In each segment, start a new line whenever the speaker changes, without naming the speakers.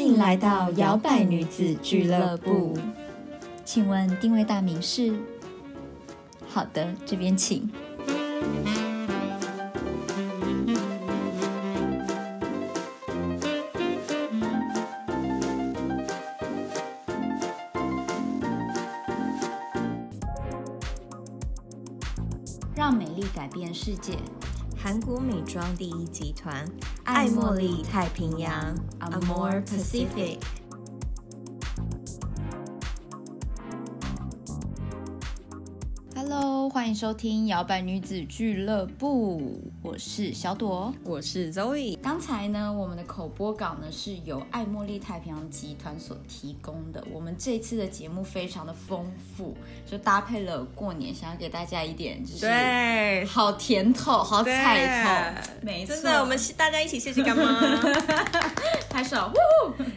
迎来到摇摆女子俱乐部。请问定位大名是？好的，这边请。让美丽改变世界。
韩国美妆第一集团
爱
爱
茉
茉
莉
莉太平洋
Amore
Amore
Pacific
Pacific。
Hello，欢迎收听摇摆女子俱乐部，我是小朵。
我是 Zoe，
刚才呢，我们的口播稿呢是由爱茉莉太平洋集团所提供的。我们这次的节目非常的丰富，就搭配了过年，想要给大家一点就是
对，
好甜头、好彩头
对，
没错，
真的，我们是大家一起谢谢干 妈。
拍 手。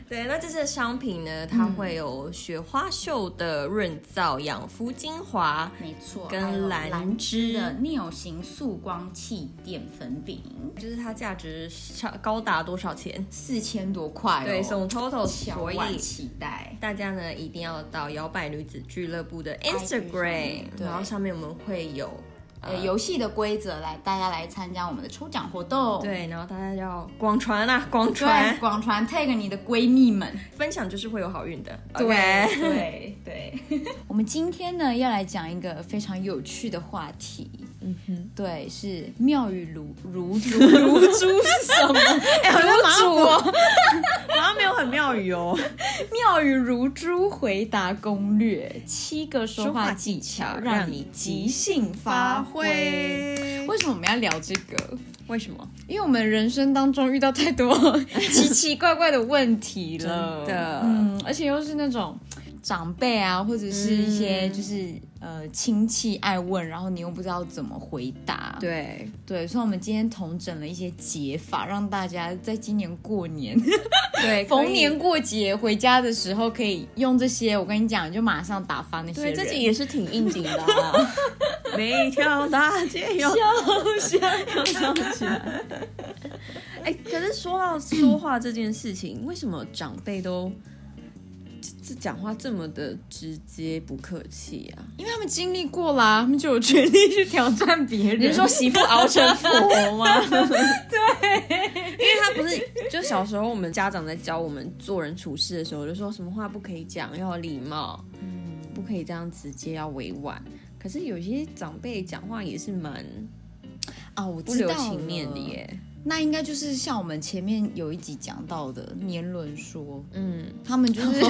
对，那这次的商品呢，它会有雪花秀的润燥养肤精华，
没错，
跟
还有
兰
兰芝
芝
的镍型束光气垫粉饼，
就是它价值超高达多少钱？
四千多块、哦，
对，总 total
小
所
碗
以。
期待。
大家呢一定要到摇摆女子俱乐部的
IG 上面
Instagram，
对
然后上面我们会有
呃，游戏的规则来，大家来参加我们的抽奖活动。
对，然后大家要广传啊，广传
对，，广传 tag 你的闺蜜 们。
分享就是会有好运的。OK
对对对， 我们今天呢要来讲一个非常有趣的话题。嗯哼，对，是妙语如如珠 如珠是什么？
哎、 好像马
如珠。
好像没有很妙语 哦。
妙语如珠回答攻略，七个说话技巧
说话技巧
让你即兴发挥。为什么我们要聊这个？
为什么？
因为我们人生当中遇到太多奇奇怪怪的问题了，
真的
嗯，而且又是那种长辈啊，或者是一些就是、呃亲戚爱问，然后你又不知道怎么回
啊
答，
对，
对，所以我们今天统整了一些解法，让大家在今年过年
对，
逢年过节回家的时候可以用这些，我跟你讲，就马上打发那些
对
人。
自己也是挺应景的、 啊。每条大街有
笑笑笑起来。
哎、可是说到说话这件事情，为什么长辈都这这讲话这么的直接不客气啊？
因为他们经历过啦，他们就有权利去挑战别人。
你是说媳妇熬成佛 吗？对，因为他不是，就小时候我们家长在教我们做人处事的时候，就说什么话不可以讲，要有礼貌，不可以这样直接，要委婉。可是有些长辈讲话也是蛮
啊，我
不
知
留
道
情面的
了。
耶。
那应该就是像我们前面有一集讲到的年轮说，
嗯，
他们就是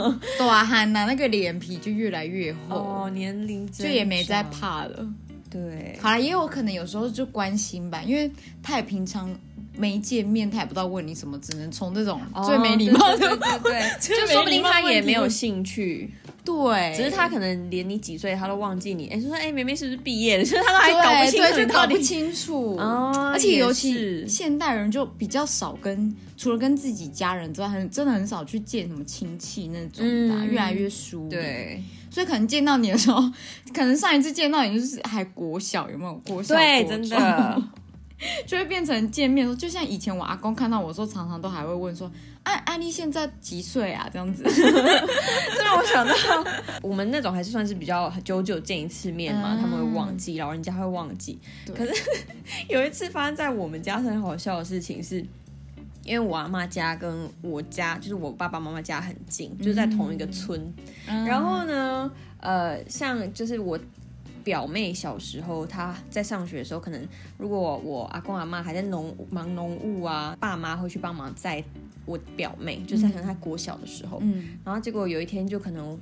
大汉呐、那个脸皮就越来越厚。
哦，年龄
就也没在怕了。
对，
好了，也有可能有时候就关心吧，因为他也平常没见面，他也不知道问你什么，只能从这种 最没礼貌的
对哦对对， 就
说
说
不
不
定
定
他
他
也
也
没
没
有
有兴趣。
对，
只是他可能连你几岁他都忘记你，哎、说哎、妹妹是不是毕业了？就是他都还
对
搞不清楚
对，
你
就
到
搞
底
不清楚。
哦
而且
也
尤其
是
现代人就比较少跟，除了跟自己家人之外，很真的很少去见什么亲戚那种的啊、
嗯
越来越疏离。，
对
所以可能见到你的时候，可能上一次见到你就是还国小，有没有国小？
对，
国
真
中
的。
就会变成见面的时候，就像以前我阿公看到我说，常常都还会问说，安安妮现在几岁啊？这样子。
这让我想到，我们那种还是算是比较久久见一次面嘛，
嗯
他们会忘记，老人家会忘记。
对
可是有一次发生在我们家是很好笑的事情是。因为我阿妈家跟我家，就是我爸爸妈妈家很近，就是在同一
嗯
个村。然后呢，呃，像就是我表妹小时候，她在上学的时候，可能如果我阿公阿妈还在农忙农务啊，爸妈会去帮忙载我表妹，就是可能她国小的时候。
嗯，
然后结果有一天就可能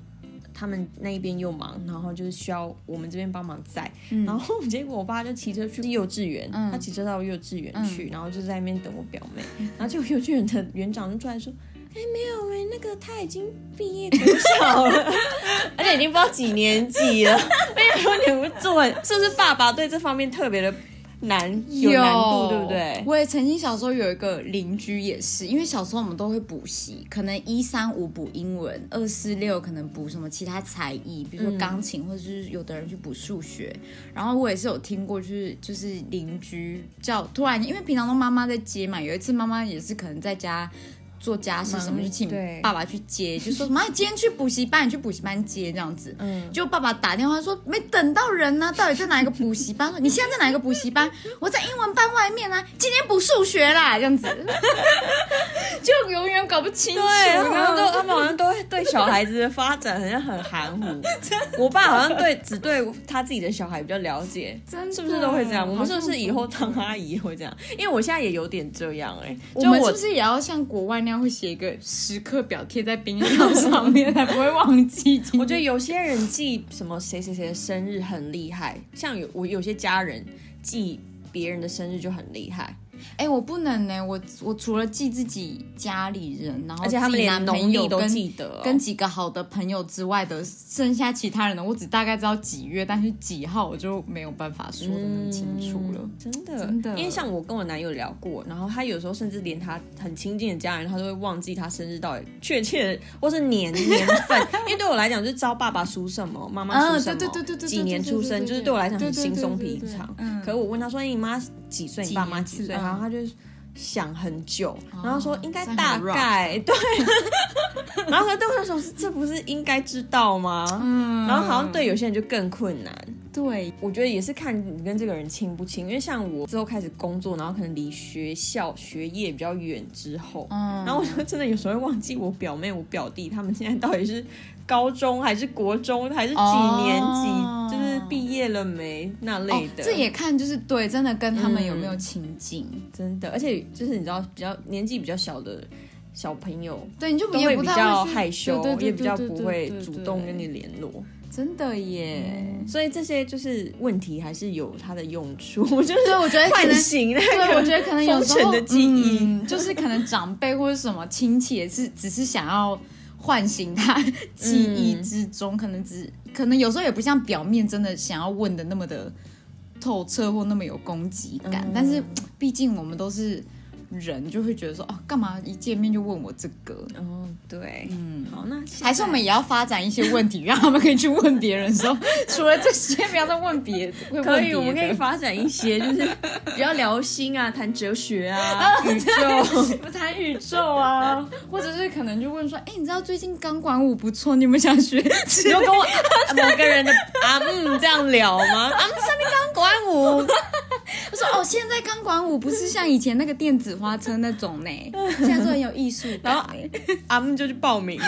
他们那一边又忙，然后就是需要我们这边帮忙载，然后 结果我爸就骑车去幼稚园，
嗯
他骑车到幼稚园去，然后就在那边等我表妹，然后结果幼稚园的园长就出来说。哎，没有哎、那个他已经毕业国小了， 而且已经不知道几年级了。哎呀，你们做是不是爸爸对这方面特别的难，有难度，对不对？
我也曾经小时候有一个邻居也是，因为小时候我们都会补习，可能一三五补英文，二四六可能补什么其他才艺，比如说钢琴，或者是有的人去补数学。然后我也是有听过，就是就是邻居叫突然，因为平常都妈妈在接嘛，有一次妈妈也是可能在家。做家事什么，
忙
就请
对
爸爸去 接，就说什么、啊、今天去补习班，你去补习班接这样子。
嗯，
就爸爸打电话说没等到人呢、到底在哪一个补习班？你现在在哪一个补习班？我在英文班外面啊，今天补数学啦，这样 子，就永远搞不清楚、
对，他们好像都
啊。
他们好像都会对小孩子的发展好像很含 糊。我爸好像对只对他自己的小孩比较了解，
真的
是不是都会这样？我们是不
好
是
像
以后当阿姨会这样？因为我现在也有点这样哎、
我
就
们是不是也要像国外那样会写一个时刻表贴在冰箱上面，才不会忘记今天？
我觉得有些人记什么谁谁谁的生日很厉害，像有我有些家人记别人的生日就很厉害，
哎、我不能呢、我我除了记自己家里人，然后
而且他们
自己
连
男
农
朋友
历都
跟
记得哦、
跟几个好的朋友之外的，剩下其他人的，我只大概知道几月，但是几号我就没有办法说的那么清楚了。
嗯真的，
真的
因为像我跟我男友聊过，然后他有时候甚至连他很亲近的家人，他都会忘记他生日到底确切的或是年年 份，因为对我来讲，就是知道爸爸属什么，妈妈
啊
属什么，
对对对对对
几年出
对对对
生，
对
就是对我来讲
对
很
对
轻松
对对
平
对对
常。
嗯
可我问他说：“哎你妈几岁？你
几
爸妈
年
几
次
岁？”
嗯哦
然后他就。想很久，然后说应该
这样
大
很 rough
概对，然后他对我 那时候是这不是应该知道吗？
嗯
然后好像对有些人就更困难，
对，
我觉得也是看你跟这个人亲不亲，因为像我之后开始工作，然后可能离学校学业比较远之后，
嗯，
然后我就真的有时候会忘记我表妹、我表弟他们现在到底是高中还是国中还是几年级，
哦
就是毕业了没那类的。
哦、这也看就是对，真的跟他们
嗯
有没有亲近。
真的，而且就是你知道，比较年纪比较小的小朋友。
对，你就
都
也
会
不
比
太
较
会去
害羞，
对对对
也比较
对
不
对
会
对对
主
对
动跟嗯你联络，
真的耶。
所以这些就是问题还是有它的用处，就是
对，我 觉得可
唤
能
醒那
对，
个
我觉得可能有时
封尘
候
的记忆
嗯就是可能长辈或者什么亲戚也是只是想要唤醒他 记
嗯
忆之中，可能只可能有时候也不像表面真的想要问的那么的透彻或那么有攻击感，
嗯
但是毕竟我们都是人，就会觉得说哦，干嘛一见面就问我这个？
哦，对，嗯，好，那现在
还是我们也要发展一些问题，让他们可以去问别人说， 除了这些，不要再问别的。会问
可以，
别
我们可以
的
发展一些就是比较聊心啊，谈哲学啊， 宇宙，
不谈宇宙 啊，或者是可能就问说，哎、你知道最近钢管舞不错，你们想学？
你就跟我某个人的啊嗯这样聊吗？啊，上面刚管舞，
我说哦，现在钢管舞不是像以前那个电子花车那种呢，现在是很有艺术感欸。
啊嗯就去报名，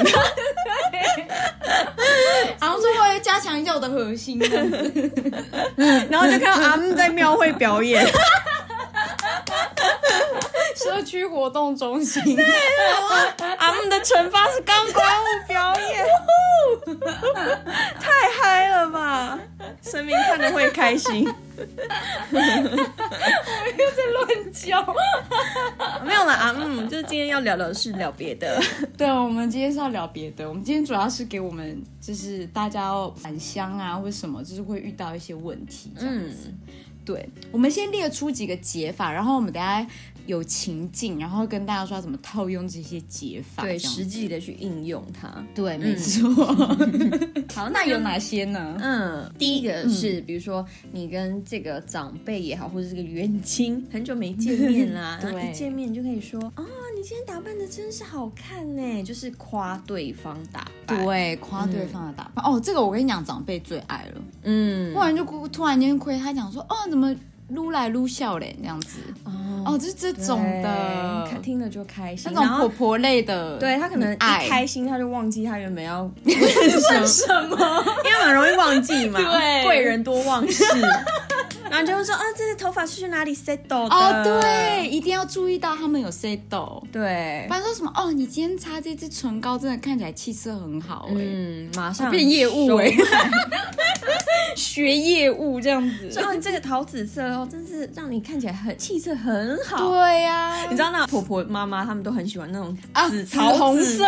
然后说我要加强一下我的核心，这样子
然后就看到啊嗯在庙会表演，
社区活动中心。
啊嗯的惩罚是钢管舞表演，太嗨了吧！生命看了会开心，
乱教。
没有了啊嗯，就是今天要聊的是聊别的。
对，啊我们今天是要聊别的，我们今天主要是给我们就是大家要返乡啊，或者什么，就是会遇到一些问题这样子。对，我们先列出几个解法，然后我们等下有情境，然后跟大家说要怎么套用这些解法。
对，
这样
实际的去应用它。
对，没错。
好，
那
那
有
有
哪些呢？
嗯，第一个是，比如说你跟这个长辈也好，或者这个远亲很久没见面 啦，
对
然后一见面你就可以说啊、你今天打扮的真是好看呢，就是夸对方打扮。，
对，夸对方的打扮、哦，这个我跟你讲，长辈最爱了。
嗯
不，然就突突然间亏他讲说，哦，怎么撸来撸笑嘞，这样子。
哦，
哦，就是这种的，
看听了就开心，
那
然
种
后
婆婆类的，
对他可能
你
一
爱
开心，他就忘记他原本要问什么， 因为很容易忘记嘛。
对
贵人多忘 事，然后就会说啊，这个头发是去哪里 set 的？
哦，对，一定要注意到他们有 say 斗。
对
不，然说什么哦，你今天擦这支唇膏真的看起来气色很好哎、
嗯，马上
变业务
收
哎、 学业务这样子。
说哦，你这个桃紫色哦，真是让你看起来很气色很好。
对呀、
你知道那婆婆妈妈她们都很喜欢那种
啊，
紫
紫
桃
红
紫
色，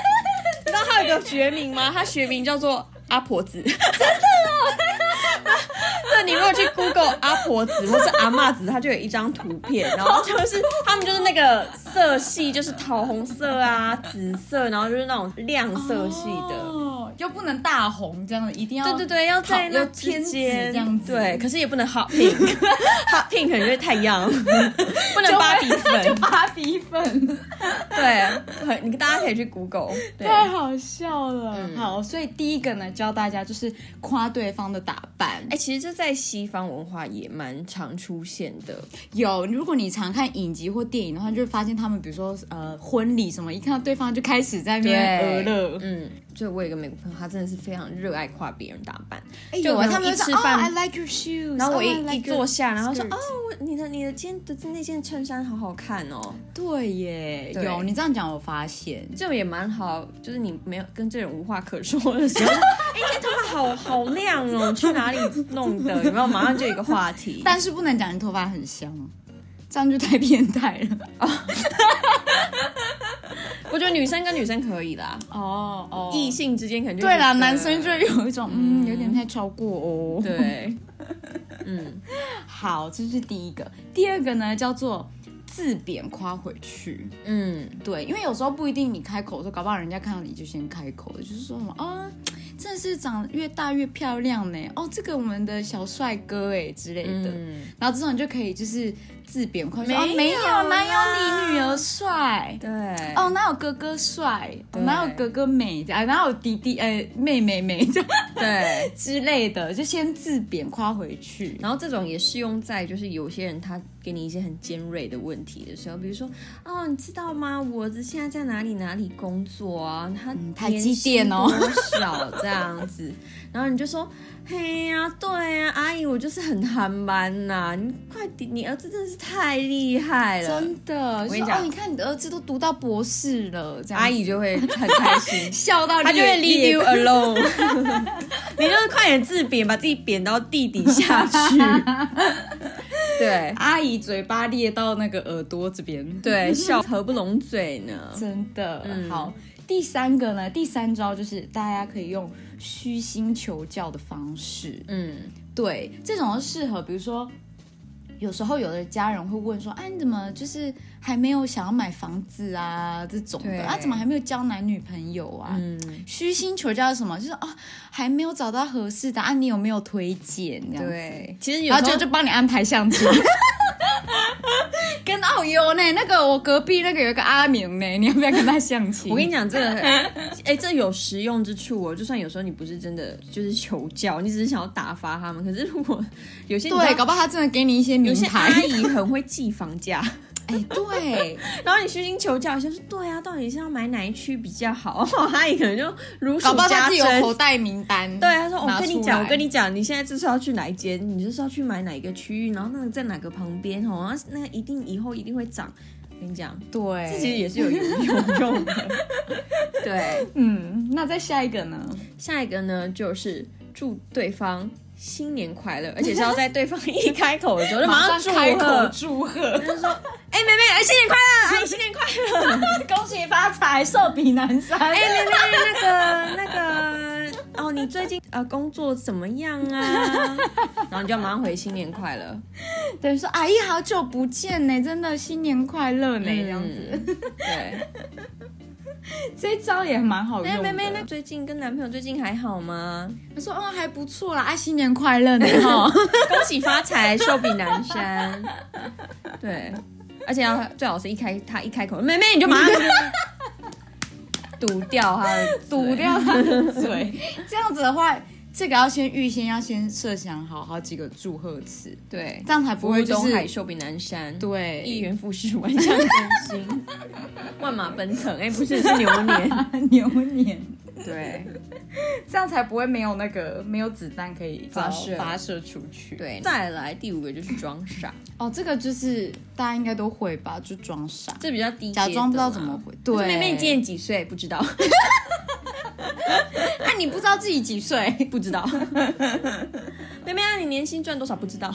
你知道她有个学名吗？她学名叫做阿婆子。真的的， 你如果去 Google 阿婆子或是阿嬷子，它就有一张图片，然后就是他们就是那个色系，就是桃红色啊、紫色，然后就是那种亮色系的。
哦，又不能大红这样，一定要
对对对，要在那
哦要
之
偏紫
间
这样子
对，可是也不能 hot pink，hot pink 可能就是太阳，不能芭比 粉，
芭比粉，
对，很你大家可以去 Google，对，
太好笑了。好，所以第一个呢，教大家就是夸对方的打扮。
哎、其实这在西方文化也蛮常出现的，
有，如果你常看影集或电影的话，就会发现他们，比如说呃婚礼什么，一看到对方就开始在那边
对
呃乐。
嗯，就我有一个美国朋友，他真的是非常热爱夸别人打扮，
哎
就
有啊，
可能
他们
一
就
吃
说哦
饭
，I like your shoes。
然后我一、
哦，I like
一
your
坐下，然后说
skirt
哦，我你的你的今天的那件衬衫好好看哦，
对耶，
对
有你这样讲，我发现
这种也蛮好，就是你没有跟这种无话可说的时候， 哎、你头发好好亮哦，去哪里弄的？有没有？马上就有一个话 题。
但是不能讲你头发很香，啊这样就太变态了。
我觉得女生跟女生可以啦，
哦哦
异性之间可能就
对啦，
觉得
男生就有一种嗯，有点太超过哦。，
对，嗯，
好，这是第一个。第二个呢，叫做自贬夸回去。
嗯，
对，因为有时候不一定你开口的时候，搞不好人家看到你就先开口了，就是说什么啊，真的是长得越大越漂亮呢。哦，这个我们的小帅哥哎之类的。
嗯
然后这种你就可以就是自贬夸说
没
哦，没
有
有，
啦
哪有你女儿帅？
对，
哦，哪有哥哥帅？哦
对
哪有哥哥美？啊，哪有弟弟哎、妹妹美这样
对。
之类的，就先自贬夸回去。
然后这种也适用在就是有些人他给你一些很尖锐的问题的时候，比如说，哦，你知道吗？我儿子现在在哪里哪里工作啊？他
嗯台积电哦
年薪多少这样子？然后你就说，嘿呀、对呀、阿姨，我就是很憨班呐、你快点，你儿子真的是太厉害了，
真的，我
跟你讲
哦，你看你的儿子都读到博士了，这样。
阿姨就会很开 心
笑到
他就会
裂
leave
裂
you alone，你 就是快点自贬，把自己贬到地底下去。 对，
阿姨嘴巴裂到那个耳朵这边，，
对，嗯笑合不拢嘴呢。
真的、好。第三个呢，第三招就是大家可以用虚心求教的方式，
嗯，
对，这种适合，比如说。有时候有的家人会问说：“哎、你怎么就是还没有想要买房子啊？这种
对
的啊，怎么还没有交男女朋友啊？”
嗯
虚心求教是什么？就是啊，还没有找到合适的啊，你有没有推荐？这样子，
对，啊其实有
然后
时
就
候
就帮你安排相机。 跟哦有呢，那个我隔壁那个有一个阿明呢，你要不要跟他相亲？
我跟你讲，这个，
嗯
哎，这有实用之处哦。就算有时候你不是真的就是求教，你只是想要打发他们，可是如果有些你知道
对，搞不好他真的给你一些
有
名
些
牌
阿。姨很会记 房价，
哎， 对，
然后你虚心求教一下，说对啊，到底是要买哪一区比较好？ 阿姨可能就如数
搞不好他
家
自己有口
珍。
袋名单。
对，他说：“我
拿
跟你
出
讲，
来
我跟你讲，你现在就是要去哪一间，你就是要去买哪一个区域，然后那个在哪个旁边哦，然后那个一定以后一定会涨。”我跟你讲，
对，
这其实也是有有用 的。对，
嗯，那再下一个呢？
下一个呢就是祝对方新年快乐，而且是要在对方一开口的时候 就马上祝
开口
贺，
祝 贺，
就是说，哎、妹妹，哎新年快乐，阿姨新年快乐，
恭喜发财，寿比南山。
哎、妹妹，那个那个，哦，你最近呃工作怎么样啊？然后你就要马上回新年快乐，
对，说阿姨好久不见呢，真的新年快乐呢，这样子，
嗯，对。
这一招也蛮好用
哎、
的。
妹妹，那最近跟男朋友最近还好吗？
他说哦还不错啦，啊新年快乐 呢哈。
恭喜发财，寿比南山。 对，而且要最好是一开他一开口，妹妹你就马上 堵掉他的嘴
堵掉他的嘴。这样子的话，这个要先预先要先设想好好几个祝贺词，
对，
这样才不
福
会
如
就
东海，
是
寿比南山。一
对
元复始，万象更 新，万马奔腾。哎、不是，是牛年。
牛年，
对
这样才不会没有那个没有子弹可以
发射
发射出去。
对，再来第五个就是装傻，
哦，这个就是大家应该都会吧，就装傻，
这比较低阶的
假
啦，
装不知道怎么回。
就是
对，
妹妹，你今年几岁？不知道，
啊，你不知道自己几岁？
不知道。妹妹啊，你年薪赚多少？不知道。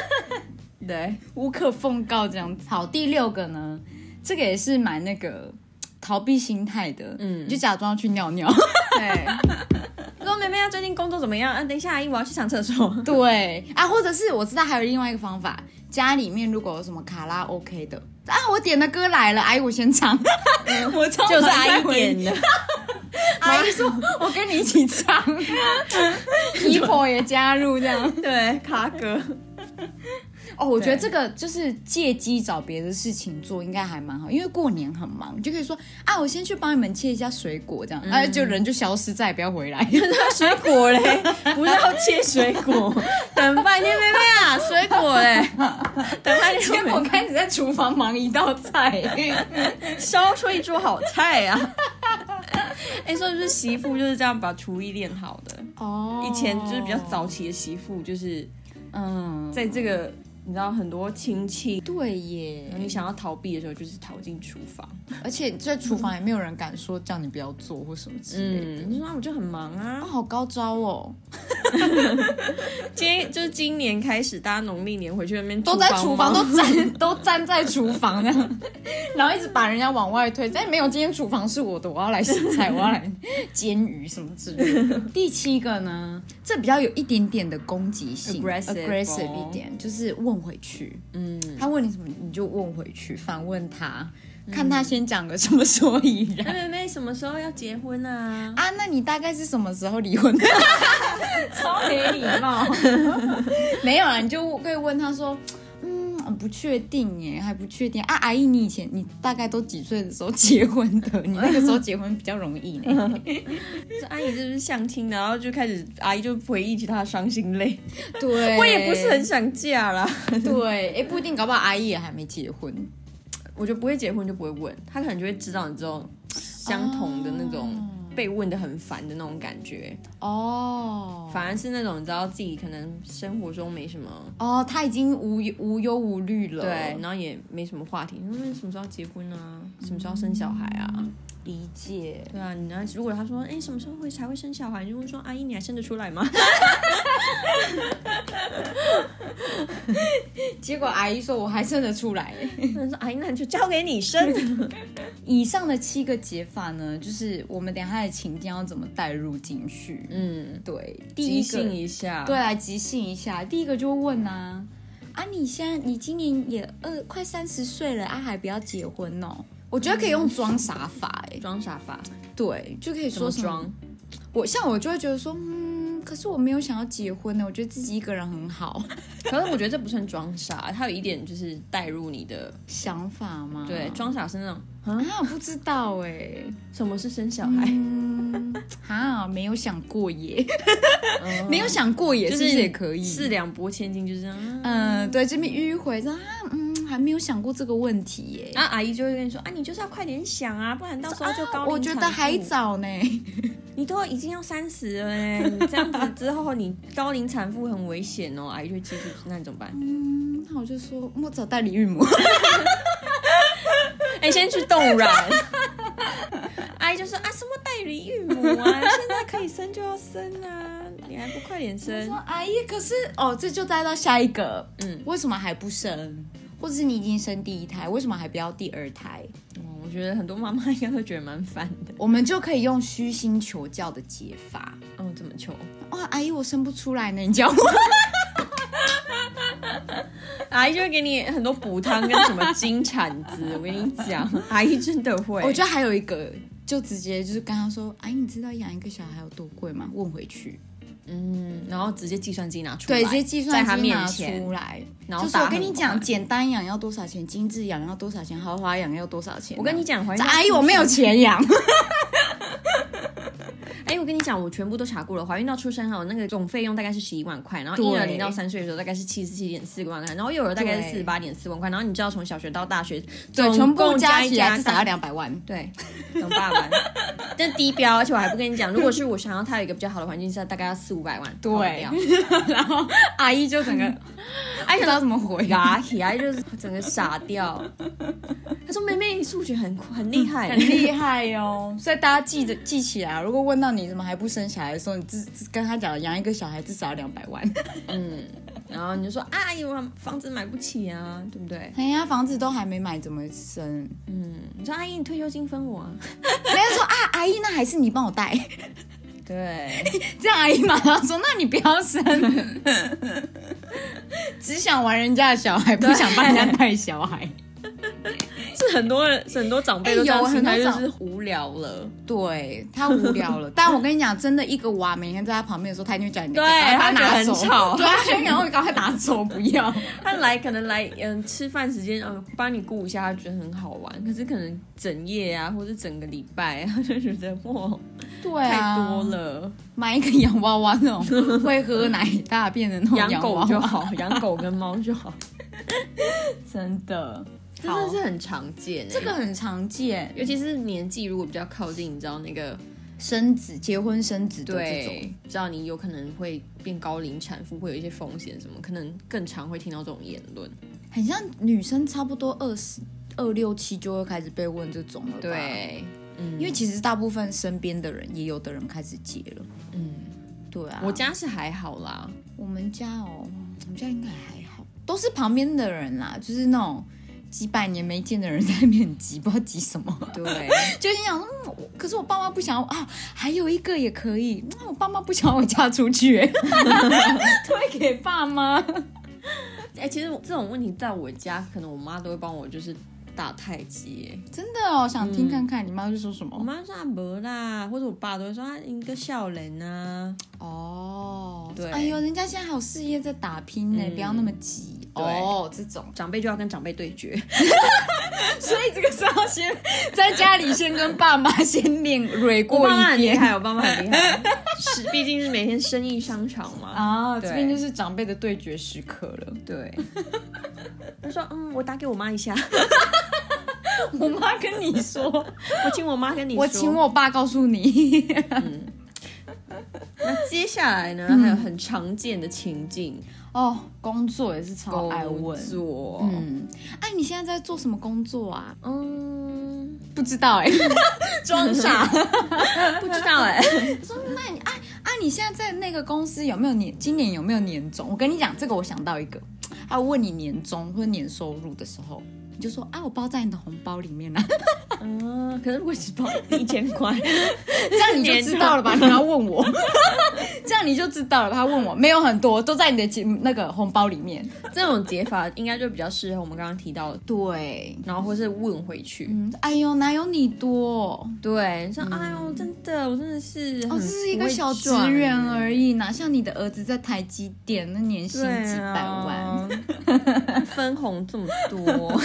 对，
无可奉告这样子。好，第六个呢，这个也是蛮那个逃避心态的，嗯，你就假装去尿尿。
对，
说
说妹妹啊，最近工作怎么样？啊，等一下阿姨，我要去上厕所。
对啊，或者是我知道还有另外一个方法，家里面如果有什么卡拉 OK 的啊，我点的歌来了，阿姨我先唱， 我唱
就是
完
阿
再
姨
回
点的，
阿姨说：“我跟你一起唱， 姨婆也加入这样。
对，卡哥。”
哦，我觉得
对
这个就是借机找别的事情做，应该还蛮好，因为过年很忙，你就可以说啊，我先去帮你们切一下水果这样，啊，就人就消失，再也不要回来。
水果嘞，不是要切水果，等半天妹妹啊，水果 嘞，等半天
结
妹
果
妹
开始在厨房忙一道菜，
烧出一桌好菜啊！ 哎、所以就是媳妇就是这样把厨艺练好的。
哦
以前就是比较，早期的媳妇，就是
嗯，
在这个你知道很多亲戚，
对耶，
你想要逃避的时候，就是逃进厨房。
而且在厨房也没有人敢说叫你不要做或什么之类的。
嗯，你说啊我就很忙
啊
啊。
好高招哦，
今天就是今年开始，大家农历年回去那边
都在厨房，
忙
都站都站在厨房那 样，然后一直把人家往外推。但没有，今天厨房是我的，我要来洗菜，我要来煎鱼什么之类 的。第七个呢，这比较有一点点的攻击性
Aggressive 哦
aggressive 一点，就是问回去。
嗯，
他问你什么，你就问回去，反问他，看他先讲个什么所以然。
那妹妹什么时候要结婚啊？
啊，那你大概是什么时候离婚？ 超没礼貌。没有啦，啊你就可以问他说，嗯，不确定耶，还不确定啊。阿姨，你以前你大概都几岁的时候结婚的？你那个时候结婚比较容易呢。
这阿姨是不是相亲的？然后就开始，阿姨就回忆起她的伤心 泪。
对，
我也不 是很想嫁啦，
对，哎、不一定，搞不好阿姨也还没结婚。
我就不会结婚，就不会问，她可能就会知道你这种相同的那种被问的很烦的那种感觉，
哦，
反而是那种你知道自己可能生活中没什么。
哦，他已经无无忧无虑了。
对，然后也没什么话题。你说嗯什么时候要结婚啊？什么时候要生小孩啊？
理解。
对啊，你呢？如果他说，哎，什么时候会才会生小孩？你就会说，阿姨，你还生得出来吗？
结果阿姨说我还生得出来耶。
他说，阿哎姨，那就交给你生。
以上的七个解法呢，就是我们等一下的情境要怎么带入进去。
嗯，
对，第
即
一个
兴一下。
对，来即兴一下，第一个就问啊。啊，你现在你今年也二快三十岁了啊，还不要结婚哦？我觉得可以用装傻法哎、
装傻法，
对，就可以
怎么
说什么
装？
我像我就会觉得说，嗯，可是我没有想要结婚呢，我觉得自己一个人很好。
可是我觉得这不算装傻，它有一点就是带入你的，
想法吗？
对，装傻是那种
啊，我不知道哎、
什么是生小孩，
嗯，啊，没有想过耶，
嗯
没有想过耶，
就是
不是也可以？
四两拨千斤，就是这样啊。
嗯，对，这边迂回说啊，嗯，还没有想过这个问题耶。
啊，阿姨就会跟你说啊，你就是要快点想啊，不然到时候就高龄
我觉得
产妇
还，早呢，
你都已经要三十了嘞，你这样子之后你高龄产妇很危险哦。阿姨就会记住，那你怎么办？
嗯，那我就说我找代理孕母，
哎、先去冻卵。 阿姨就说啊，什么代理孕母啊，现在可以生就要生啊，你还不快点生
说？嗯阿姨，可是哦，这就带到下一个，
嗯
嗯，为什么还不生？或者是你已经生第一胎，为什么还不要第二胎？
嗯我觉得很多妈妈应该会觉得蛮烦的。
我们就可以用虚心求教的解法。
哦，怎么求？
哇、阿姨，我生不出来呢，你教我。
阿姨就会给你很多补汤跟什么金铲子，我跟你讲， 阿姨真的会。
我觉得还有一个，就直接就是跟他说，阿姨，你知道养一个小孩有多贵吗？问回去。
嗯，然后直接计算机拿出来，
对，直接计
在
算
他
机
面
拿
前
出，来，
然后
就是
打
我跟
很
你讲，
快
简单养要多少钱，精致养要多少钱，豪华养要多少钱。
我跟你讲，怀孕
这，阿姨我没有钱养，
哎，我跟你讲，我全部都查过了，怀孕到出生哈，那个总费用大概是十一万块，然后婴儿
对
零到三岁的时候大概是七十七点四万块，然后幼儿大概是四十
对
八点四万块，然后你知道从小学到大学，
对，
总
全部
共加一
起来
加
至少要两百 万。
对，两百万，但低标，而且我还不跟你讲，如果是我想要他有一个比较好的环境下，大概要四五百万跑不掉。
然后阿姨就 整个，阿姨不知道怎么回答。
嘎起来就是整个傻掉。他说：“妹妹，你数学很很厉害。
很厉害哦，所以大家记着记起来。啊如果问到你怎么还不生小孩的时候，你自跟他讲养一个小孩至少要两百万。
然后你就说：“啊，有房子买不起啊，对不对
人家房子都还没买，怎么生？？”
嗯，你说：“阿姨，你退休金分我啊
人家说啊，阿姨那还是你帮我带。
对，
这样阿姨马上说：“那你不要生， 只想玩人家的小孩，不想帮人家带小 孩。
是很多人，是很多长
哎
辈都
有
这样心态，
很多
就
长
是无聊了。
对”他无聊 了。但我跟你讲，真的一个娃每天在他旁边的时候，他一定会讲你的
对
赶快把
他觉得
拿
很
走，
吵
对，他就会赶快赶快拿走，不要。
他来可能来嗯吃饭时间，嗯帮你顾一下，他觉得很好玩。可是可能整夜啊，或者整个礼拜，他就觉得哇
对
太
啊，
多了，
买一个洋娃娃那 种会喝奶大便的那种
养
洋娃
狗
娃
就，好，哦养狗跟猫 就好，
真的，
真的是很常见、欸。
这个很常见，
尤其是年纪如果比较靠近，你知道那个
生子结婚生子的这种。
对，知道你有可能会变高龄产妇，会有一些风险什么，可能更常会听到这种言论。
很像女生差不多二十二六七就会开始被问这种了吧？，
对，嗯，
因为其实大部分身边的人也有的人开始结了。
嗯，
对啊，
我家是还好啦，
我们家哦，我们家应该还好，都是旁边的人啦，就是那种。几百年没见的人在那边急，不知道急什么，
对，
就你想说，嗯我可是我爸妈不想要啊，还有一个也可以，嗯那我爸妈不想要我嫁出去，欸 推给爸妈，
哎、其实这种问题在我家，可能我妈都会帮我就是打太极、哎
真的哦，想听看看、你妈会说什
我
么
妈说啊没啦，或者我爸都会说啊你个笑人啊，
哦，
对
哎呦，人家现在还有事业在打拼呢、
嗯
不要那么急
对
哦，这种，
长辈就要跟长辈对决，
所以这个时候先在家里先跟爸妈先练蕊
我
过
爸妈
一
很厉
遍。
害，我爸妈很厉害， 是毕竟是每天生意商场嘛，
啊，这
对
边就是长辈的对决时刻了。
对，他说嗯我打给我妈一下，
我妈跟你 说，
我请我妈跟你说，
我请我爸告诉你。
那接下来
嗯
呢，还有很常见的情境，
哦，工作也是超爱
工
问。
作，
嗯，哎，你现在在做什么工作啊？
嗯，
不知道哎、装傻。
不知道 哎、
那你哎啊，你现在在那个公司有没有年？今年有没有年终？我跟你讲，这个我想到一个，他问你年终或者年收入的时候，你就说啊，我包在你的红包里面啦、啊
嗯，可是我只包一千块，
这样你就知道了吧？你要问我， 这样你就知道了吧。他问我没有很多，都在你的钱那个红包里面。
这种解法应该就比较适合我们刚刚提到的，
对，
然后或是问回去。
嗯，哎呦，哪有你多？
对，你说、哎呦，真的，我真的是很不
哦，
会赚，
这是一个小职员而已，哪像你的儿子在台积电那年薪几百万？
对啊， 分红这么多，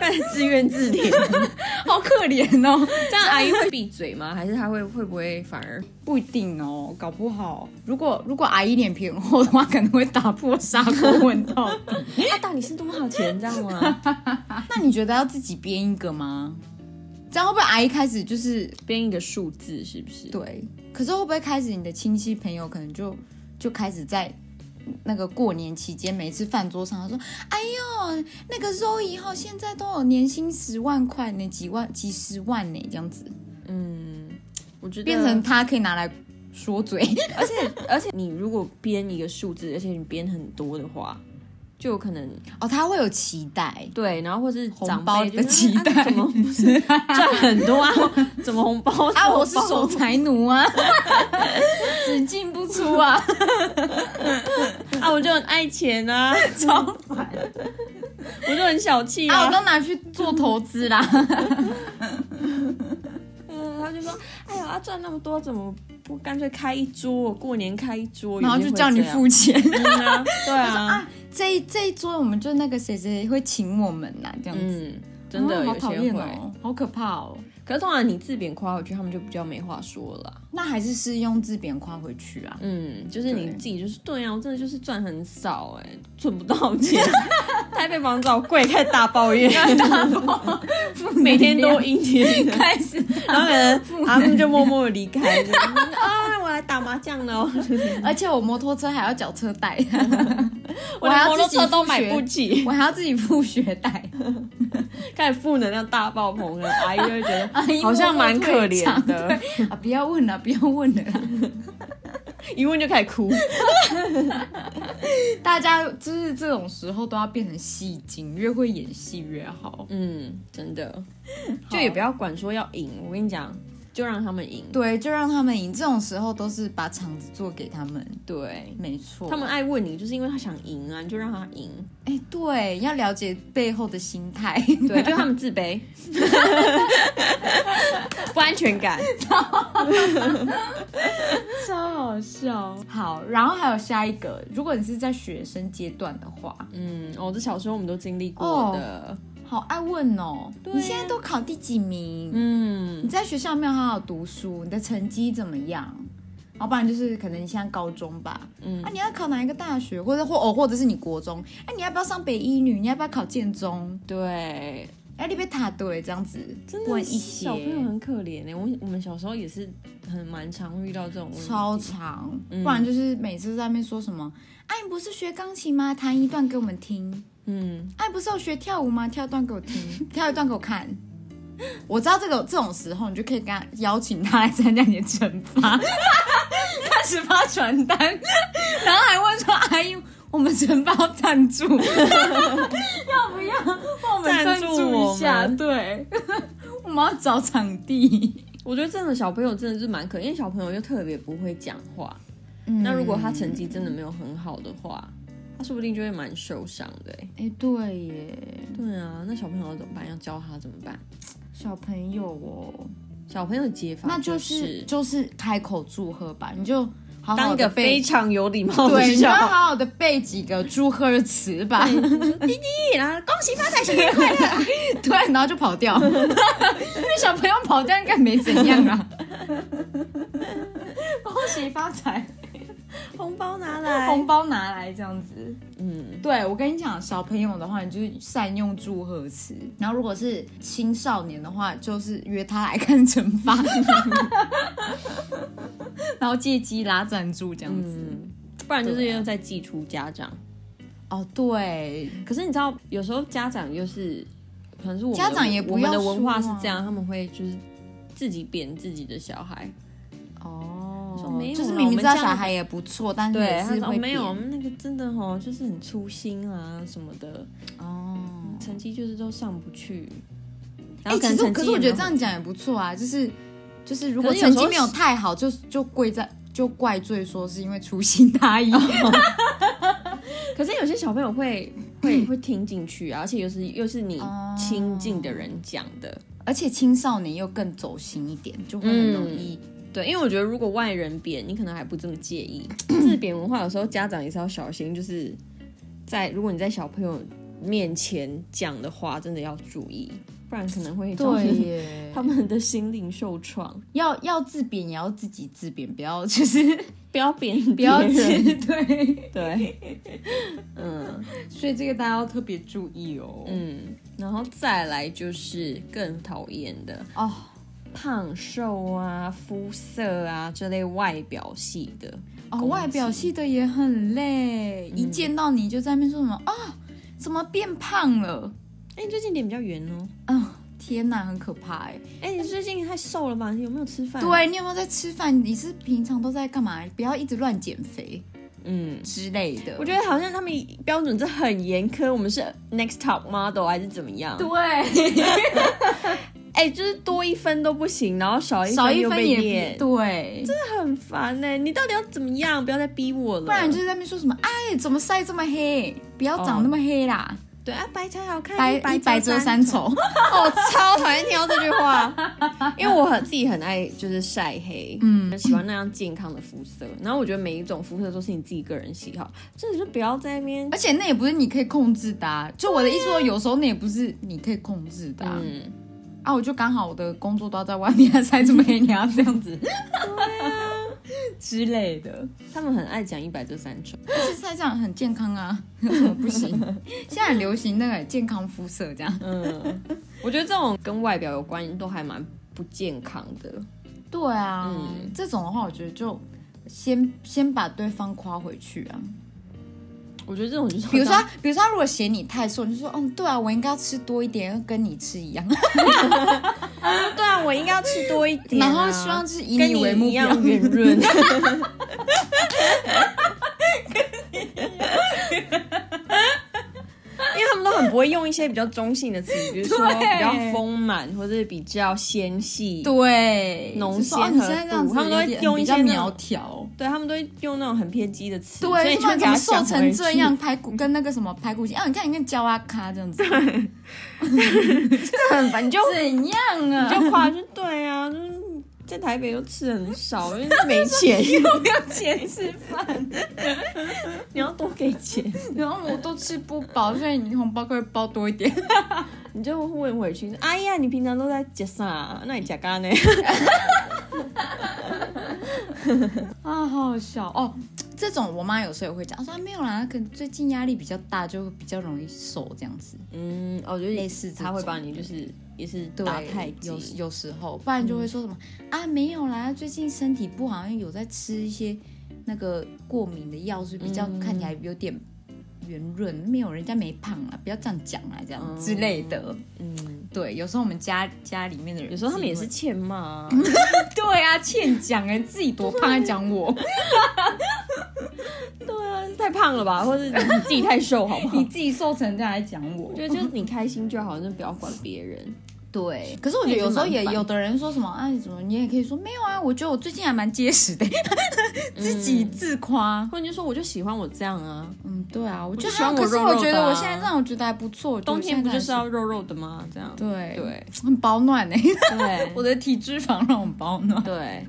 开始自怨 自怜。
好可怜哦。
这样阿姨会闭嘴吗？还是她会会不会反 而
不一定哦，搞不好，如果如果阿姨脸皮很厚的话，可能会打破砂锅问 到底。
啊，到底是多少钱这样吗？
那你觉得要自己编一个吗？这样会不会阿姨开始就是
编一个数字是不是？
对？可是会不会开始你的亲戚朋友可能就就开始在那个过年期间，每次饭桌上他说：“哎呦，那个周以后现在都有年薪十万块呢，几万几十万呢，这样子
嗯，我觉得
变成，他可以拿来说嘴。
而且而且你如果编一个数字，而且你编很多的话，就有可能
哦，他会有期待。”
对，然后或是长
红包
辈
的
就
期
是
待
啊、怎么不 是赚很多啊？ 怎么红包
啊，我是
手
守财奴 啊，只进不出 啊，
啊，我就很爱钱 啊，
超烦
我就很小气
啊！我
啊。
都拿去做投资啦，
嗯，他就说，哎呀，啊赚那么多怎么不干脆开一桌，过年开一桌，
然后
有些
就
会
叫你
这样
付钱。
嗯 啊，对啊，
这一这一桌我们就那个谁谁会请我们呐、这样子。
嗯，真的
哦
有
好
些
讨
会
厌。哦，好可怕哦。
可是通常你自贬夸回去，他们就比较没话说了啦。
那还是是用字贬夸回去啊。
嗯，就是你
对
自己就是对啊，我真的就是赚很少哎、赚不到钱， 台北房子好贵，开始大 抱怨， 每天都阴天，
开始，
然后可 能他们就默默的离开，就啊，我来打麻将了，哦
而且我摩托车还要缴车贷，
我
还
连
要
摩托
自己
车都
付
买不
学
起，
我还要自己付学贷，
开始负能量大爆棚了，阿姨就会觉得
阿姨
好像
默默
蛮可
退
怜
场
的，
啊！不要问了，不要问了啦。
一问就开始哭，
大家就是这种时候都要变成戏精，越会演戏越好。
嗯，真的，就也不要管说要赢，我跟你讲，就让他们赢。
对，就让他们赢。这种时候都是把场子做给他们，
对，
没错。
他们爱问你，就是因为他想赢啊，你就让他赢。
哎，对，要了解背后的心态，
对，就他们自卑，不安全 感。
超好笑。 好，然后还有下一个，如果你是在学生阶段的话，
嗯，哦，这小时候我们都经历过的。
好爱问哦，
对啊
你现在都考第几名？
嗯
你，在学校没有好好读书，你的成绩怎么样？要不然就是可能你现在高中吧，
嗯
啊，你要考哪一个大学，或者或哦，或者是你国中，哎、你要不要上北一女？你要不要考建中？
对，
哎、你被塔对这样子，
真
问
的
一
是
些
小朋友很可怜欸呢。我我们小时候也是很蛮常会遇到这种问题。
超长，不然就是每次在那边说什么，哎、你不是学钢琴吗？弹一段给我们听。
嗯，
哎、不是有学跳舞吗？跳一段给我听， 跳一段给我看。我知道这个这种时候，你就可以跟他邀请他来参加你的惩罚， 开始发传单， 然后还问说：“阿姨，我们承包赞助， 要不要帮我们
赞
赞
助
助一下
我？”们
对， 我们要找场地。
我觉得这样的小朋友真的是蛮可怜，因为小朋友又特别不会讲话。
嗯
那如果他成绩真的没有很好的话，他说不定就会蛮受伤的欸。
哎、对耶，
对啊，那小朋友要怎么办？要教他怎么办？
小朋友
嗯
哦，
小朋友的解法
那就
就是
是就是开口祝贺吧，你就好好
当一个
地被
非常有礼貌的
对，你就
小
要
孩。
好好的背几个祝贺词吧。
然后恭喜发财，新年
突然，然后就跑 掉，因为小朋友跑掉应该没怎样 啊。恭喜发财，
红包拿来。
红包拿来这样子。
嗯，
对我跟你讲，小朋友的话，你就是善用祝贺词；然后如果是青少年的话，就是约他来看惩罚， 然后借机拉赞助这样子。
不然就是
对啊
又再寄出家长。
哦，对，
可是你知道，有时候家长又是，可能是我们的
家长也不
我们的
要
文化是
说啊
这样，他们会就是自己贬自己的小孩。说
哦
没有啦
就是明明知道
我们这样
小孩也不错，但是
对，
也
他
是
说、哦
会
没有，我
贬
们那个真的哦，就是很粗心啊什么的，
哦。
成绩就是都上不去。
哎、
然后
其
能
实
成绩
可是
也
我
没
觉
有
得这样讲也不错啊，就是就是如果
可是有
成
时候
绩没有太好，就就跪在就怪罪说是因为粗心大意。
很，可是有些小朋友会 会会听进去啊，而且又是又是你
哦
亲近的人讲的。
而且青少年又更走心一点，就会很容易。
对，因为我觉得如果外人贬，你可能还不这么介 意。自贬文化有时候家长也是要小心，就是在如果你在小朋友面前讲的话，真的要注意，不然可能会造成
耶，
他们的心灵受创。
要要自贬也要自己自贬，不要就是
不要贬，
不要自
贬
对，
对，嗯
所以这个大家要特别注意哦。
嗯，然后再来就是更讨厌的
哦，
胖瘦啊、肤色啊这类外表系的
哦，
攻
外表
击
系的也很累，一见到你就在那边说什么啊、怎么变胖了？
哎、你最近脸比较圆哦。
啊、天哪，很可怕哎。
哎、你最近太瘦了吧？你有没有吃饭？，啊
对你有没有在吃饭？你是平常都在干嘛？不要一直乱减肥
嗯，
之类的。
我觉得好像他们标准是很严苛，我们是 next top model 还是怎么样？
对，
哎、就是多一分都不行，然后少一
少
分
一
又
分
被
也
念，
不对，
很烦呢、你到底要怎么样？不要再逼我了。
不然就是在那边说什么哎，怎么晒这么黑？不要长那么黑啦，
对啊，白才好看，
哦白
一
一白遮
遮
三
丑。
丑。
我超讨厌听到这句话，因为我很自己很爱就是晒黑，嗯，喜欢那样健康的肤色。然后我觉得每一种肤色都是你自己个人喜好，真的就不要在那边
而且那也不是你可以控制的、啊，就我的意思说，有时候那也不是你可以控制的啊。
嗯。
啊我就刚好我的工作都要在外面，还晒这么黑，你要这样 子，之类的。
他们很爱讲一百这三种，
而且晒这样很健康啊，有什么不 行？现在很流行那个健康肤色这样。
嗯，我觉得这种跟外表有关都还蛮不健康的，
对啊，
嗯
这种的话，我觉得就先先把对方夸回去啊。
我觉得这种就是
比如说，比如说，他如果嫌你太瘦，你就说，嗯，对啊，我应该要吃多一点，要跟你吃一样，
对啊，我应该要吃多一点啊、
然后希望是以
跟
你为目
一
标，
样圆 润，因为他们都很不会用一些比较中性的词，比如说
对
比较丰满或者是比较纤细。
对，
浓
就说
鲜
哦你
和
现在这样
度
子
他们都会
有点
用
比
一
较
些那
苗
种
条。
对他们都会用那种很偏激的词，所
对，
以
就
就会
是
给
怎么
他
瘦
想
成
回
这
去
样，排骨跟那个什么排骨精啊，你看你看焦阿咖这样子，
很 烦，你就
怎样啊？
就夸就对啊，就是在台北都吃很少，因为 没钱，
又没有钱吃饭，
你要多给钱，
然后我都吃不饱，所以你红包可以包多一点。
你就问回去，哎呀，你平常都在吃啥？那你吃干呢？
啊，好好笑哦！这种我妈有时候也会讲，她说、啊、没有啦，她可能最近压力比较大，就比较容易瘦这样子。
嗯，我觉得
类似这种
他会帮你，就是也是
对
打太，
有
极，
有时候，不然就会说什么、啊没有啦，最近身体不好，因为有在吃一些那个过敏的药，所以比较看起来有点圆润，没有人家没胖啊，不要这样讲啊，这样、
嗯
之类的。
嗯，
对，有时候我们家家里面的人，
有时候他们也是
自己
欠骂 啊，
会对啊，欠讲哎、自己多胖还讲我，
对啊，太胖了吧，或者你自己太瘦，好不好
你？自己瘦成这样还讲我
我。觉得就是你开心就好，就不要管别人。
对，可是我觉得有时候也有的人说什么啊，你怎么你也可以说没有啊，我觉得我最近还蛮结实的， 自己自夸。
或者你就说我就喜欢我这样啊，
嗯，对啊，我就
就喜欢
还
我
可是
肉
我
肉
觉
的
得我
啊
现在让我觉得还不错，
冬天不
我觉
就
得
是
现在还
要肉肉的吗？这样，
对
对
很保暖呢、
对
我的体脂肪让我保暖。
对。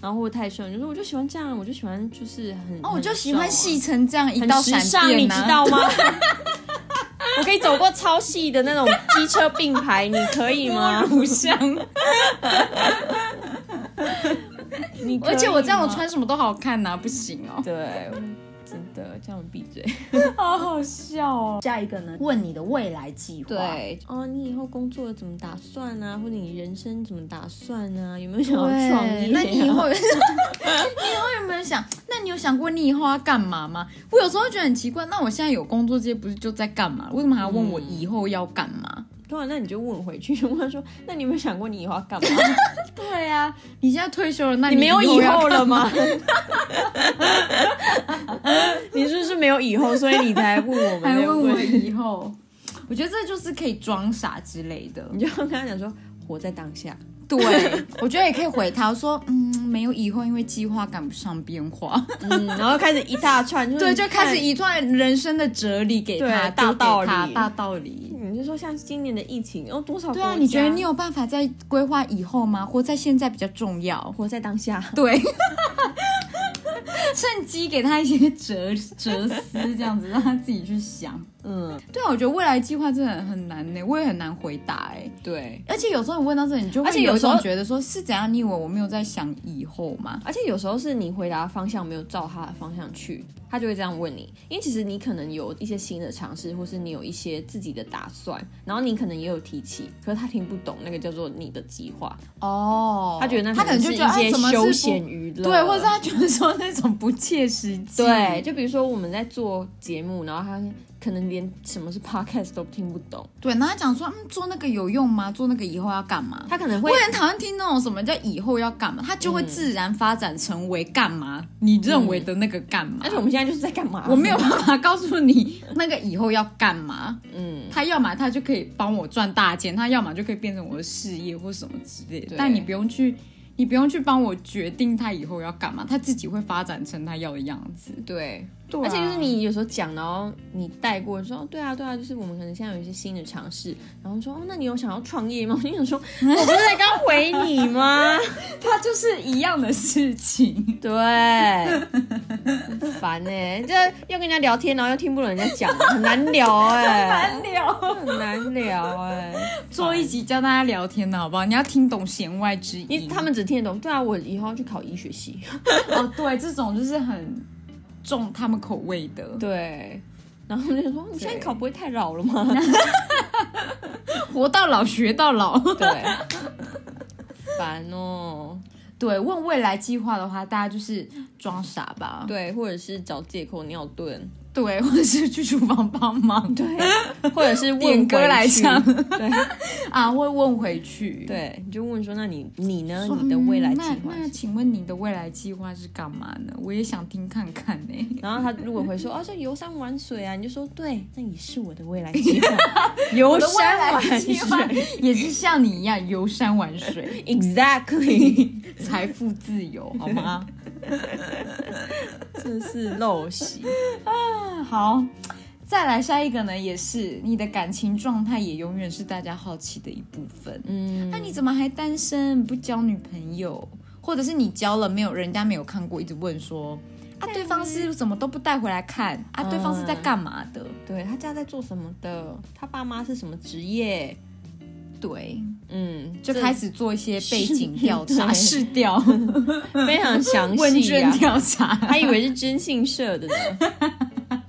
然后会太瘦，你就说我就喜欢这样，我就喜欢就是很啊
哦，我就喜欢细成这样一
很
道
时
闪
尚，你
电
知
啊！
道吗？我可以走过超细的那种机车并排，你可以吗？
不 像，
你可以
而且我这样我
吗
穿什么都好看呐、不行哦。
对，真的这样闭嘴。
好好笑哦。下一个呢？问你的未来计划。，
对，哦，你以后工作怎么打算啊？或者你人生怎么打算啊？有没有想要
对
创业啊、
那你以后， 你以后有没有想？那你有想过你以后要干嘛吗？我有时候会觉得很奇怪，那我现在有工作这些不是就在干嘛？为什么还要问我以后要干嘛？
对啊，那你就问回去， 问他说，那你有没有想过你以后要干嘛？
对呀、啊， 你现在退休了，那
你没有
以
以
要
后
干
了吗？ 你是不是没有以后，所以你才问我们？
还问我，以后？我觉得这就是可以装傻之类的。
你就跟他讲说，活在当下。
对，我觉得也可以回他说，嗯，没有以后，因为计划赶不上变化。
嗯，然后开始一大串，就是
对，
你
就开始
看。
一段人生的哲理给他，
对大道
丢给
理
他大道理。
你就说像今年的疫情，哦，多少
对啊，
国
你觉得
家
你有办法在规划以后吗？活在现在比较重要。
活在当下？
对， 趁机给他一些哲哲思，这样子让他自己去想。
嗯，
对啊，我觉得未来计划真的很难呢，我也很难回答哎。
对。
而且有时候你问到这，你就
而且
会
有
有一
时
种
候
觉得说是怎样？你以为我没有在想以后吗？
而且有时候是你回答的方向没有照他的方向去，他就会这样问你。因为其实你可能有一些新的尝试，或是你有一些自己的打算，然后你可能也有提起，可是他听不懂那个叫做你的计划，
哦，
他觉得那
他可能就是觉得
一
啊
些
怎么是
休
不
闲娱乐，
对，或者是他觉得说那种不切实际。
对，就比如说我们在做节目，然后他可能连什么是 podcast 都听不懂，
对，然后他讲说，嗯，做那个有用吗？做那个以后要干嘛？
他可能
我
会
也很讨厌听那种什么叫以后要干嘛，他就会自然发展成为干嘛、你认为的那个干嘛。
嗯而且我们现在就是在干嘛？
我没有办法告诉你那个以后要干嘛，
嗯，
他要么他就可以帮我赚大钱，他要么就可以变成我的事业或什么之类的
对。
但你不用去，你不用去帮我决定他以后要干嘛，他自己会发展成他要的样子。
对，
对
而且就是你有时候讲，然后你带过说，哦对啊，对啊，就是我们可能现在有一些新的尝试，然后说，哦，那你有想要创业吗？我就 想说，我不是才刚回你吗？
他就是一样的事情。
对，很烦呢、这又跟人家聊天，然后又听不懂人家讲，很难 聊哎、
聊
很难聊哎、
做一集教大家聊天的好不好？你要听懂弦外之
因为
音。
他们只听得懂，对啊，我以后要去考医学系，
哦，对，这种就是很重他们口味的，
对。然后我就想说，你现在考不会太老了吗？
活到老学到老。
对，烦哦。
对，问未来计划的话，大家就是装傻吧。
对，或者是找借口尿遁。
对，或者是去厨房帮 忙，对，
或者是
点
问
歌
回
来
去
唱
对
啊，会问回去。，
对，你就问说，那你你呢？
说
你的未
嗯
来计划
那那
是？
请问你的未来计划是干嘛呢？我也想听看看呢、
然后他如果会说啊，就游山玩水啊，你就说对，那也是我的未来 计划，游
我的未
山玩
来
水
计划也是像你一样游山玩水，
，exactly，
财富自由，好吗？
这是陋习。
嗯好，再来下一个呢，也是你的感情状态也永远是大家好奇的一部分。
嗯，
那你怎么还单身？不交女朋友，或者是你交了没有人家没有看过，一直问说啊，对方是怎么都不带回来看啊，对方是在干嘛的？
对他家在做什么的？他爸妈是什么职业？
对，
嗯，
就
这
开始做一些背景调查、
是
试
对
调、
非常详
问
细呀、
卷调查。
他以为是征信社的呢。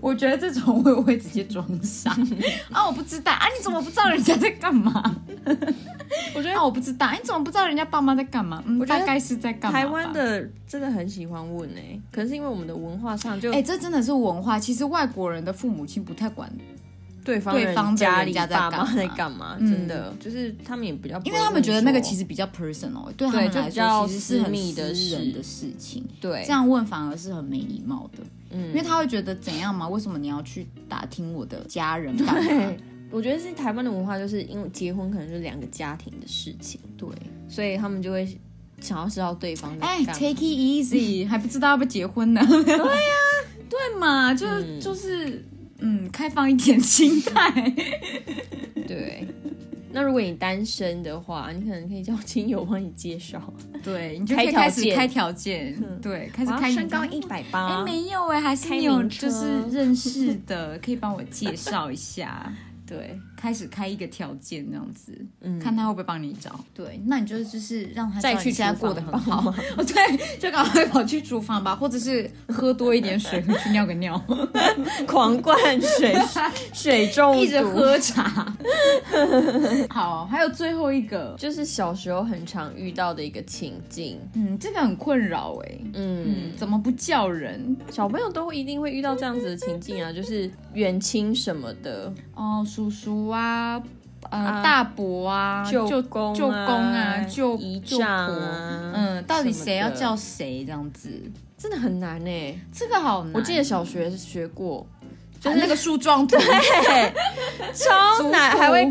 我觉得这种我也会直接装 傻啊，我不知道啊，你怎么不知道人家在干嘛？
我觉
啊，
得
我不知道，啊你怎么不知道人家爸妈在干嘛？嗯，
我觉
大
得
概是在 干嘛吧？
台湾的真的很喜欢问哎、可是因为我们的文化上就
哎、这真的是文化。其实外国人的父母亲不太管
对方
对方的
家
人
里
家在
爸
干
妈
嘛
在干嘛，
嗯
真的就是他们也比较不会问说，
因为他们觉得那个其
实
实比较 personal，对他们
对就
来
比较
说其实是很
私密的
私人
事
的事情。
对
这，样问反而是很没礼貌的，因为
嗯，
他会觉得怎样嘛？为什么你要去打听我的家人 干嘛？
我觉得是台湾的文化，就是因为结婚可能就是两个家庭的事情，
对，
所以他们就会想要知道对方在
哎
干嘛。
，take it easy，还不知道要不要结婚呢？对呀、 对嘛，就是、
嗯
就是，嗯，开放一点心 态。
对，那如果你单身的话，你可能可以叫亲友帮你介绍，
对，你就可以
开条
开始
件嗯
开条件，对，开始
我要
开
身高
你
一百
哎、
八，
没有哎、还是
开
你有
名
就
车
是认识的，可以帮我介绍一下。
对，
开始开一个条件这样子，
嗯
看他会不会帮你找。对，那你就就是让他
再
知道
去
你现在
厨
过
房
得很
帮
好， 哦，对，就赶快跑去厨房吧，或者是喝多一点水，回去尿个 尿，
狂灌 水水中毒，
一直喝茶。 好，还有最后一个，
就是小时候很常遇到的一个情境。
嗯，这个很困扰哎、
嗯，
嗯，怎么不叫人？
小朋友都一定会遇到这样子的情境啊，就是远亲什么的，
哦，叔叔啊。呃，
啊
大伯啊，舅
舅公啊
舅公啊，舅
姨
舅
丈啊
婆，嗯，到底
什么
谁要
的
叫谁这样子？
真的很难呢、
这个好难。
我记得小学学过，
就是
哎
那个树状图
嘿，超难，
族谱
还会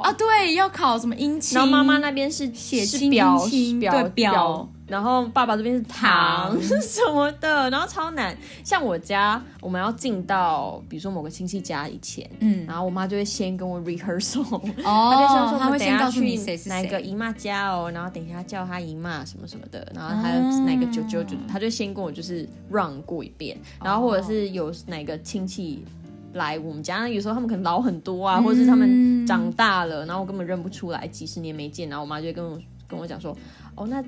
啊，对，要考什么姻亲，
然后妈妈那边是
血
是
亲
表
姻亲
表
对表
然后爸爸这边是糖 什么的，然后超难。像我家，我们要进到比如说某个亲戚家以前，
嗯，
然后我妈就会先跟我 rehearsal，、她就先
哦
说，
他
我
会
们等一
先
下
告诉
去
你谁是
哪
谁
个姨妈家哦，然后等一下叫她姨妈什么什么的，然后还有哪个舅舅舅，
啊
她就先跟我就是 run 过一遍，
哦
然后或者是有哪个亲戚。来我们家，那有时候他们可能老很多
嗯
啊，或者是他们长大了，然后我根本认不出来，几十年没见，然后我妈就会跟我跟我讲说，哦，那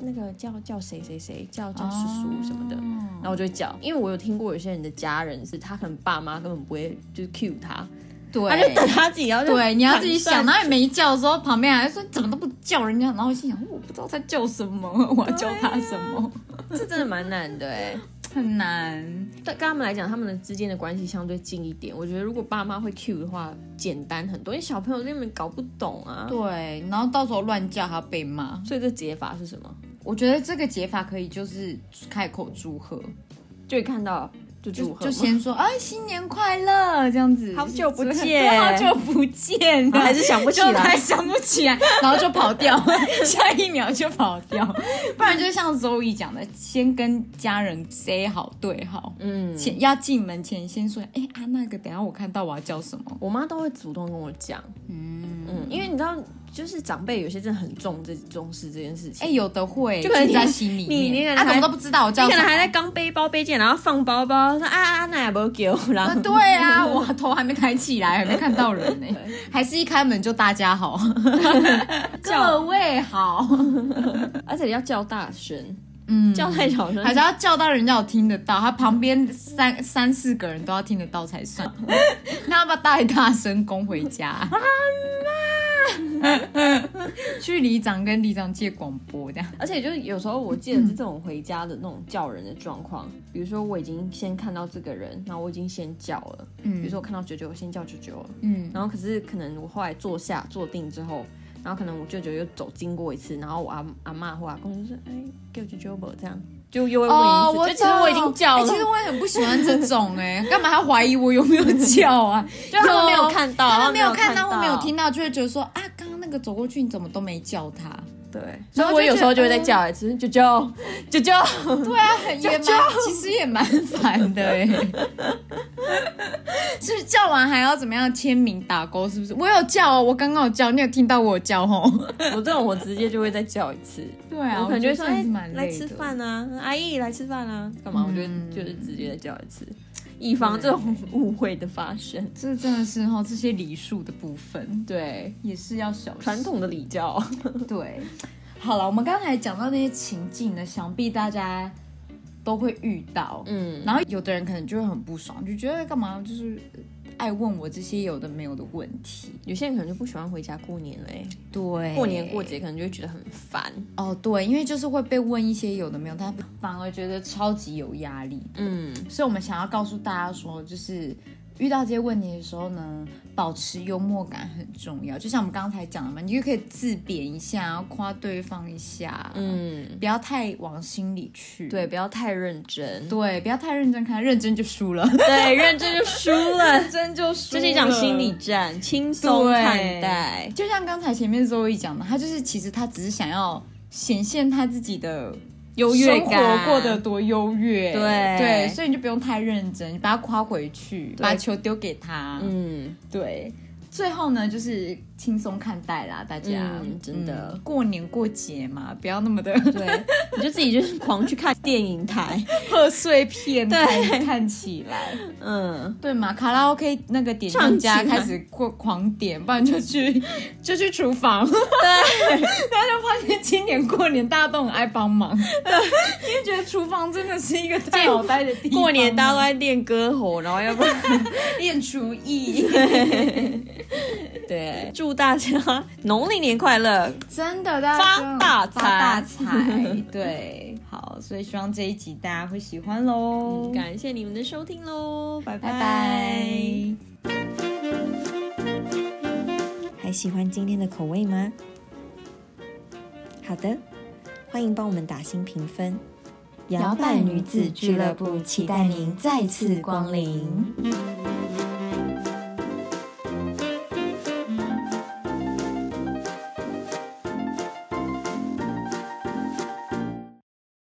那个叫叫谁谁谁，叫叫叔叔什么的，
哦
然后我就会叫，因为我有听过有些人的家人是他可能爸妈根本不会就是 cue 他，他就等
对。
他自己要
对，你要自己想，然
啊。
后你没叫的时候，旁边还说你怎么都不叫人家，然后我心想我不知道在叫什么， 我要叫他什 么，
这真的蛮难的哎。
很难。
对，跟他们来讲，他们的之间的关系相对近一点。我觉得如果爸妈会 cue 的话，简单很多，因为小朋友根本搞不懂啊。
对，然后到时候乱叫还要被骂。
所以这解法是什么？
我觉得这个解法可以就是开口祝贺，
就一看到就
就
祝贺
就
嘛，
先说哎新年快乐这样子，
好久不见
对好久不见，
还是想不起
就还
来。
想不起来， 然后就跑掉，下一秒就跑掉，不然就像周易讲的，先跟家人 say 好对好，
嗯，
前要进门前先说，哎、啊那个，等一下我看到我要叫什么，
我妈都会主动跟我讲，
嗯，
嗯，因为你知道，就是长辈有些真的很重这重视这件事
哎、
情。
有的会
就可能
记在心里
你你可
面，啊
能
怎
还
么都不知道我叫
你
什
可
么，
能还在刚背包背件，然后放包包，说啊啊，那也不给我，然
啊
后
对啊，我头还没抬起来，还没看到人呢、还是一开门就大家 好， 各位好，
而且要叫大声，
嗯。
叫太小 声
还是要叫到人家有听得到，他旁边三三四个人都要听得到才 算。那要不要大一大声攻回家？ 去里长跟里长借广播这样。
而且就是有时候我记得是这种回家的那种叫人的状况，比如说我已经先看到这个人，然后我已经先叫了，比如说我看到九九，我先叫九九了，
嗯，
然后可是可能我后来坐下坐定之后，然后可能我舅舅又走经过一次，然后我阿阿妈或阿公就说，哎，给我九九吧，这样就
嗯
又会问一次，就其实
懂
哦我已经叫
哎
了，
其实我也很不喜欢这种哎、 干嘛还怀疑我有没有叫 啊？
就他们没有看到，
他们
然后
没
哎有
看到，
到，
我没有听到，就会觉得说啊，刚刚那个走过去，你怎么都没叫他？
对，
然
所
后
以
就
我有时候
觉
就嗯
得
会再叫一次，啾啾，啾啾，
对啊，也蛮其实也蛮烦的 哎、是不是叫完还要怎么样签名打勾？是不是？我有叫哦，我刚刚有叫，你有听到我有叫哦吼？
我这种我直接就会再叫一次，
对
我可能就
觉得真
会说，
的
哎
是蛮，累
来
的
吃。饭啊，阿姨来吃饭啊，干嘛？我就
嗯
会就是直接再叫一次，以防这种 误会的发生。
这真的是哦哈，这些礼数的部分
对，
也是要小心。
传统的礼教，
对，好了，我们刚才讲到那些情境呢，想必大家都会遇到。
嗯，
然后有的人可能就会很不爽，就觉得干嘛就是呃爱问我这些有的没有的问题。
有些人可能就不喜欢回家过年了，哎，
对，
过年过节可能就会觉得很烦。
哦，对，因为就是会被问一些有的没有，他反而觉得超级有压力。
嗯，
所以我们想要告诉大家说，就是遇到这些问题的时候呢，保持幽默感很重要。就像我们刚才讲的嘛，你就可以自贬一下，然后夸对方一下，
嗯，
不要太往心里去。
对，不要太认真，
对，不要太认真看，认真就输 了，
对，认真就输了。
认真就输
这是一场心理战，轻松
对
看待。
就像刚才前面 Zoe 讲的，他就是其实他只是想要显现他自己的
优越
生活
感
过得多优越，
对
对，所以你就不用太认真，你把他夸回去，把球丢给他，
嗯，
对。最后呢，就是轻松看待啦，大家、
嗯真的
嗯过年过节嘛，不要那么的
对，你就自己就是狂去看电影台，
贺岁片看看起来，
嗯，
对嘛？卡拉 OK 那个点唱家开始过狂点，不然就去 就去厨房。对， 大家就发现今年过年大家都很爱帮忙。对，因为觉得厨房真的是一个太好待的地方。
过年大家都在练歌 喉，然后要不然
练厨艺，
对，祝大家农历年快乐，
真的大家
发大财
发大财。对，好，所以希望这一集大家会喜欢喽。
感谢你们的收听喽，拜
嗯拜
拜
拜。
还喜欢今天的口味吗？好的，欢迎帮我们打新评分。
摇摆女子俱乐部期待您再次光临。